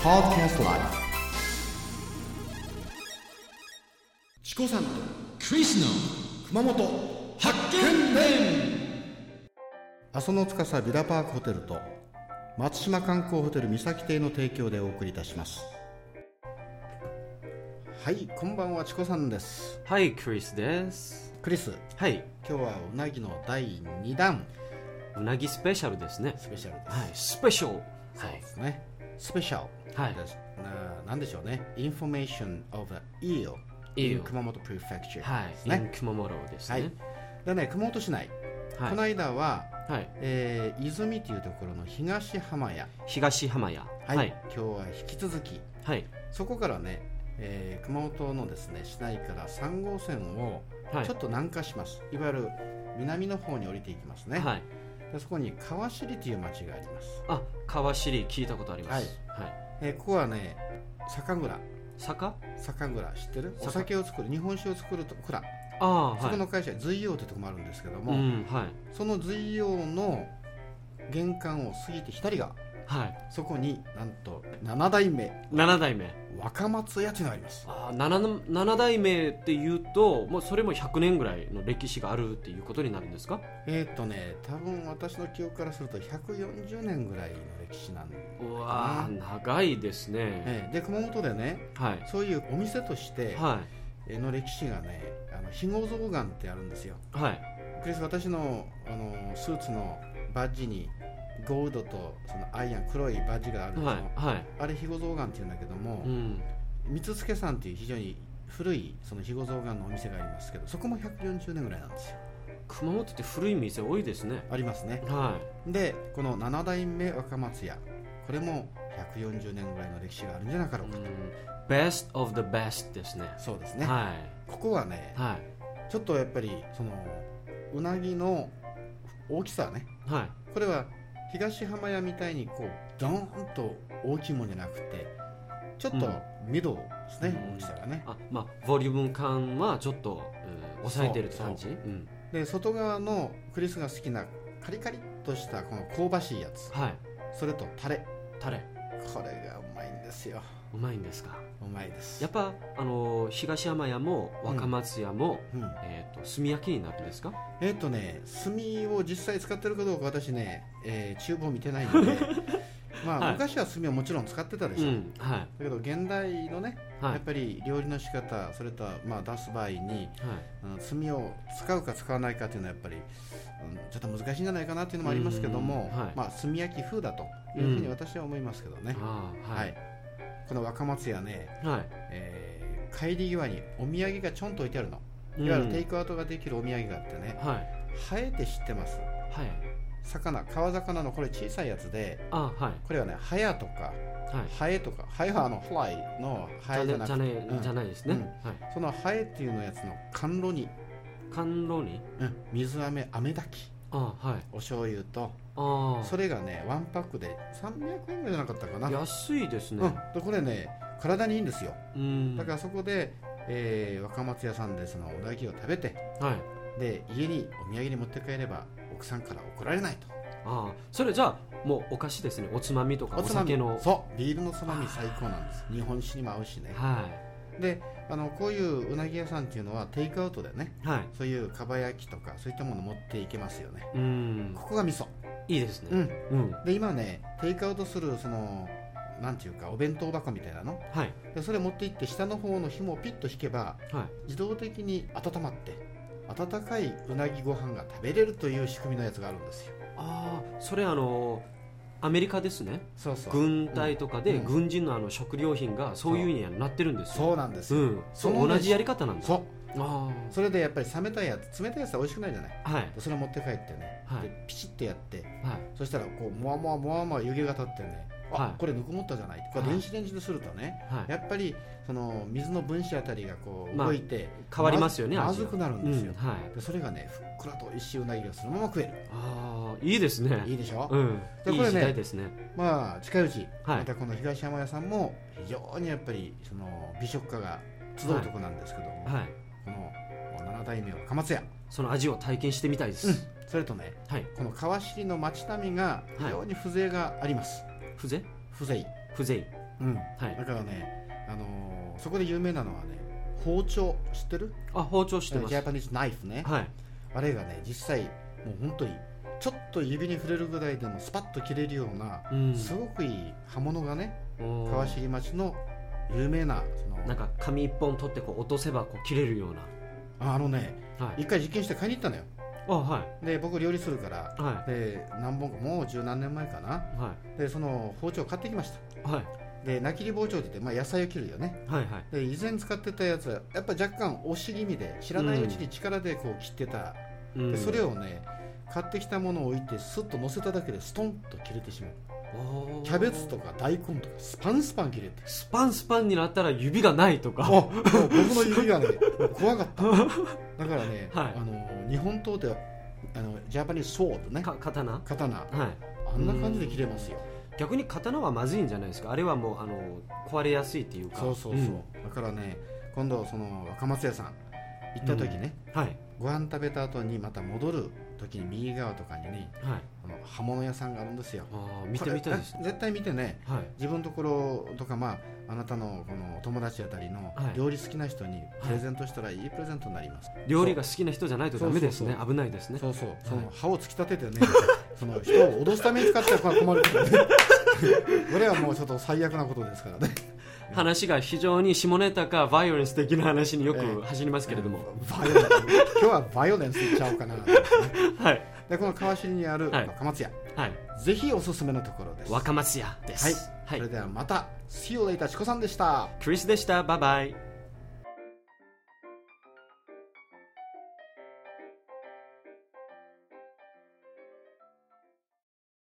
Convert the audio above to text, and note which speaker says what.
Speaker 1: Podcast Live チコさんとクリスの熊本発見伝阿蘇の司ビラパークホテルと松島観光ホテル三崎邸の提供でお送りいたしますはいこんばんはチコさんです
Speaker 2: はい、クリスです。
Speaker 1: クリス
Speaker 2: はい、
Speaker 1: 今日はうなぎの第2弾
Speaker 2: うなぎスペシャルですね。
Speaker 1: スペシャルです、
Speaker 2: はい、スペシャル。
Speaker 1: そ
Speaker 2: は
Speaker 1: うで
Speaker 2: い、
Speaker 1: すねスペシャル
Speaker 2: はい
Speaker 1: です、ななんでしょうねインフォメーション of the eel
Speaker 2: Eel
Speaker 1: 熊本プレフェクチャ
Speaker 2: は
Speaker 1: ー
Speaker 2: い
Speaker 1: です、
Speaker 2: イン
Speaker 1: ね、
Speaker 2: 熊本です
Speaker 1: はい
Speaker 2: ね。
Speaker 1: でね熊本市内、
Speaker 2: は
Speaker 1: こ
Speaker 2: い、
Speaker 1: の間は、
Speaker 2: はい、
Speaker 1: えー泉というところの東浜屋、
Speaker 2: 東浜屋。
Speaker 1: はい
Speaker 2: はい、
Speaker 1: 今日は引き続き
Speaker 2: はい、
Speaker 1: そこからね、えー熊本のですね市内から3号線を
Speaker 2: はい
Speaker 1: ちょっと南下します、い、わゆる南の方に降りていきますね、
Speaker 2: はい。
Speaker 1: でそこに川尻という町があります、
Speaker 2: あ、川尻聞いたことあります。はい。
Speaker 1: えーここはね酒蔵
Speaker 2: 坂？
Speaker 1: 酒蔵知ってる
Speaker 2: 酒
Speaker 1: お酒を作る日本酒を作ると蔵、
Speaker 2: ああ、はい。
Speaker 1: そこの会社随陽というところもあるんですけど
Speaker 2: う
Speaker 1: も、
Speaker 2: ん、はい、
Speaker 1: その随陽の玄関を過ぎて左が
Speaker 2: はい。
Speaker 1: そこになんと7代目
Speaker 2: 七代目。
Speaker 1: 若松屋というのがあります
Speaker 2: ああ、七の七代目っていうと、もうそれも百年ぐらいの歴史があるっていうことになるんですか？
Speaker 1: えーっ、とね多分私の記憶からすると140年ぐらいの歴史なんで、
Speaker 2: うわあ、長いですね。
Speaker 1: ええで熊本でね
Speaker 2: はい、
Speaker 1: そういうお店として
Speaker 2: は
Speaker 1: えの歴史がねあの肥後象がんってあるんですよ
Speaker 2: い、はい、
Speaker 1: クリス私のあのスーツのバッジにゴールドとそのアイアン黒いバッジがあるんですよ、
Speaker 2: はい、はい。
Speaker 1: あれ肥後象がんっていうんだけども、
Speaker 2: うん。
Speaker 1: 三つ助さんっていう非常に古いその肥後象がんのお店がありますけどそこも140年ぐらいなんですよ
Speaker 2: 熊本って古い店多いですね
Speaker 1: ありますね
Speaker 2: は
Speaker 1: でこの7代目若松屋これも140年ぐらいの歴史があるんじゃなかろ
Speaker 2: い、
Speaker 1: うかと、
Speaker 2: best of the best ですね
Speaker 1: そうですね、
Speaker 2: は
Speaker 1: ここはね
Speaker 2: いは
Speaker 1: ちょっとやっぱりそのうなぎの大きさね
Speaker 2: いはい
Speaker 1: これは東浜屋みたいにこうドーンと大きいもんじゃなくてちょっとミドルですね、
Speaker 2: うん
Speaker 1: 大きさがね
Speaker 2: あまあボリューム感はちょっと、うん抑えてるって感じ
Speaker 1: そううんで外側のクリスが好きなカリカリっとしたこの香ばしいやつ
Speaker 2: はい
Speaker 1: それとタレ
Speaker 2: タレ
Speaker 1: これがうまいんですよ
Speaker 2: うまいんですか
Speaker 1: うまいです
Speaker 2: やっぱあの東山屋も若松屋も、
Speaker 1: うん
Speaker 2: えー、と炭焼きになるんですか
Speaker 1: えっ、とね炭を実際使ってるかどうか私ね、えー厨房見て ないのでまあ、
Speaker 2: はい
Speaker 1: 昔は炭はもちろん使ってたで
Speaker 2: う
Speaker 1: しょ、だ
Speaker 2: んはい
Speaker 1: けど現代のね、
Speaker 2: はい
Speaker 1: やっぱり料理の仕方それとはまあ出す場合に
Speaker 2: はい
Speaker 1: あの炭を使うか使わないかっていうのはやっぱり、うんちょっと難しいんじゃないかなっていうのもありますけども、
Speaker 2: うんはい
Speaker 1: まあ、炭焼き風だというふうに私は思いますけどね、
Speaker 2: あー
Speaker 1: は
Speaker 2: はい
Speaker 1: い、この若松屋ね、
Speaker 2: はい、
Speaker 1: えー帰り際にお土産がちょんと置いてあるの
Speaker 2: うん
Speaker 1: いわゆるテイクアウトができるお土産があってね、
Speaker 2: はい
Speaker 1: ハエって知ってます
Speaker 2: はい
Speaker 1: 魚川魚のこれ小さいやつで
Speaker 2: あはい
Speaker 1: これはねハヤとか
Speaker 2: はい
Speaker 1: ハエとかハエはあのフライのハエじ
Speaker 2: じゃ
Speaker 1: ゃ
Speaker 2: ね
Speaker 1: な
Speaker 2: じゃ
Speaker 1: く
Speaker 2: ね
Speaker 1: て、うん
Speaker 2: じゃないですね、
Speaker 1: うん
Speaker 2: はい
Speaker 1: そのハエっていうのやつの甘露煮、
Speaker 2: 甘露煮
Speaker 1: うん、水飴飴炊き
Speaker 2: あはい
Speaker 1: お醤油と
Speaker 2: ああ
Speaker 1: それがねワンパックで300円ぐらいじゃなかったかな、
Speaker 2: 安いです
Speaker 1: うん
Speaker 2: ね、
Speaker 1: でこれね体にいいんですよ
Speaker 2: うん
Speaker 1: だからそこで、えー若松屋さんでそのおなぎを食べて
Speaker 2: はい
Speaker 1: で家にお土産に持って帰れば奥さんから怒られないと
Speaker 2: ああそれじゃあもうお菓子ですねおつまみとかお
Speaker 1: つまみ
Speaker 2: 酒の
Speaker 1: そうビールのつまみ最高なんです日本酒にも合うしね
Speaker 2: は
Speaker 1: であのこういううなぎ屋さんっていうのはテイクアウトでね
Speaker 2: いはい
Speaker 1: そういうかば焼きとかそういったもの持っていけますよね
Speaker 2: うん
Speaker 1: ここが味噌
Speaker 2: いいです
Speaker 1: う
Speaker 2: ね
Speaker 1: ん
Speaker 2: うん、
Speaker 1: で今ねテイクアウトするそのなんていうかお弁当箱みたいなの
Speaker 2: はい
Speaker 1: でそれ持って行って下の方の紐をピッと引けば
Speaker 2: はい
Speaker 1: 自動的に温まって温かいうなぎご飯が食べれるという仕組みのやつがあるんですよ
Speaker 2: ああそれあのアメリカですね
Speaker 1: そうそう
Speaker 2: 軍隊とかで、
Speaker 1: うん
Speaker 2: 軍人のあの食料品がそういうになってるんですよ
Speaker 1: そうなんですよ、
Speaker 2: ん
Speaker 1: そ
Speaker 2: そ
Speaker 1: のね
Speaker 2: 同じやり方なんです
Speaker 1: そう
Speaker 2: あ
Speaker 1: それでやっぱり冷めたやつ冷たいやつは美味しくないじゃない
Speaker 2: あはい
Speaker 1: でそれを持って帰ってね、
Speaker 2: はい
Speaker 1: でピチッとやって
Speaker 2: はい
Speaker 1: そしたらこうもわもわもわもわ湯気が立ってねあ、
Speaker 2: はい
Speaker 1: これぬくもったじゃないこれ
Speaker 2: はい
Speaker 1: 電子レンジでするとね、
Speaker 2: はい
Speaker 1: やっぱりその水の分子あたりがこう
Speaker 2: まあ
Speaker 1: 動いて、
Speaker 2: 変わりますよね
Speaker 1: ま
Speaker 2: 味
Speaker 1: ずま
Speaker 2: が
Speaker 1: ずくなるんですよ
Speaker 2: う、はい
Speaker 1: でそれがねふっくらと美味しいうなぎがそのまま食える
Speaker 2: ああいいですね
Speaker 1: いいでしょ、
Speaker 2: うん
Speaker 1: で
Speaker 2: い
Speaker 1: これ
Speaker 2: い時
Speaker 1: ね
Speaker 2: 代ですね
Speaker 1: まあ近いうち、
Speaker 2: はい
Speaker 1: またこの東山屋さんも非常にやっぱりその美食家が集うとこなんですけども、
Speaker 2: はい
Speaker 1: この7代目はかまつ屋
Speaker 2: その味を体験してみたいです、
Speaker 1: それとね
Speaker 2: はい
Speaker 1: この川尻の町並みが非常に風情があります、
Speaker 2: 風情
Speaker 1: 風情
Speaker 2: 風情
Speaker 1: うん
Speaker 2: はい
Speaker 1: だからね、あのーそこで有名なのはね包丁知ってる
Speaker 2: あ包丁してま
Speaker 1: ジ
Speaker 2: す
Speaker 1: ャパニーズナイフね、
Speaker 2: はい
Speaker 1: あれがね実際もう本当にちょっと指に触れるぐらいでもスパッと切れるような、
Speaker 2: うん
Speaker 1: すごくいい刃物がね
Speaker 2: おー
Speaker 1: 川尻町の有名なその
Speaker 2: なんか紙一本取ってこう落とせばこう切れるよう
Speaker 1: ああのね
Speaker 2: なはい
Speaker 1: 一回実験して買いに行ったのよ
Speaker 2: あはい
Speaker 1: で僕料理するから
Speaker 2: は
Speaker 1: で何本かもう十何年前かない
Speaker 2: は
Speaker 1: でその包丁買ってきました
Speaker 2: いはい
Speaker 1: でなきり包丁って言って、まあ、野菜を切るよね
Speaker 2: はいはい
Speaker 1: で以前使ってたやつはやっぱ若干押し気味で知らないうちに力でこう切ってた、
Speaker 2: う
Speaker 1: で
Speaker 2: ん
Speaker 1: それをね買ってきたものを置いてスッと乗せただけでストンと切れてしまう
Speaker 2: おー
Speaker 1: キャベツとか大根とかスパンスパン切れて
Speaker 2: スパンスパンになったら指がないと
Speaker 1: あ
Speaker 2: か
Speaker 1: もう僕の指がねもう怖かっただからね、
Speaker 2: はい
Speaker 1: あの日本刀ではあのジャパニーズソードね
Speaker 2: か刀
Speaker 1: 刀
Speaker 2: はい
Speaker 1: あんな感じで切れますよ
Speaker 2: 逆に刀はまずいんじゃないですかあれはもうあの壊れやすいっていうか
Speaker 1: そうそうそう、
Speaker 2: ん
Speaker 1: だからね今度その若松屋さん行った時ね、
Speaker 2: はい
Speaker 1: ご飯食べた後にまた戻る時に右側とかにね
Speaker 2: はい
Speaker 1: あの刃物屋さんがあるんですよ
Speaker 2: ああ見てみたいです
Speaker 1: これ絶対見てね
Speaker 2: はい
Speaker 1: 自分のところとかまああなたのこの友達あたりの
Speaker 2: はい
Speaker 1: 料理好きな人にプレゼントしたらいいプレゼントになります、
Speaker 2: 料理が好きな人じゃないとダメですね
Speaker 1: そう
Speaker 2: 危ないですね
Speaker 1: そうそうその歯を突き立ててね その人を脅すために使ったら困る からねこれはもうちょっと最悪なことですからね
Speaker 2: 話が非常に下ネタかバイオレンス的な話によ
Speaker 1: ええ
Speaker 2: く走りますけれども、
Speaker 1: バイオレンス 今日はバイオレンスいっちゃおうかなと思ってね
Speaker 2: はい
Speaker 1: でこの川尻にある
Speaker 2: はい
Speaker 1: 若松屋、
Speaker 2: はい
Speaker 1: ぜひおすすめのところです
Speaker 2: 若松屋で
Speaker 1: はい
Speaker 2: す、
Speaker 1: それではまた See you later チコさんでした
Speaker 2: クリスでしたバイバイ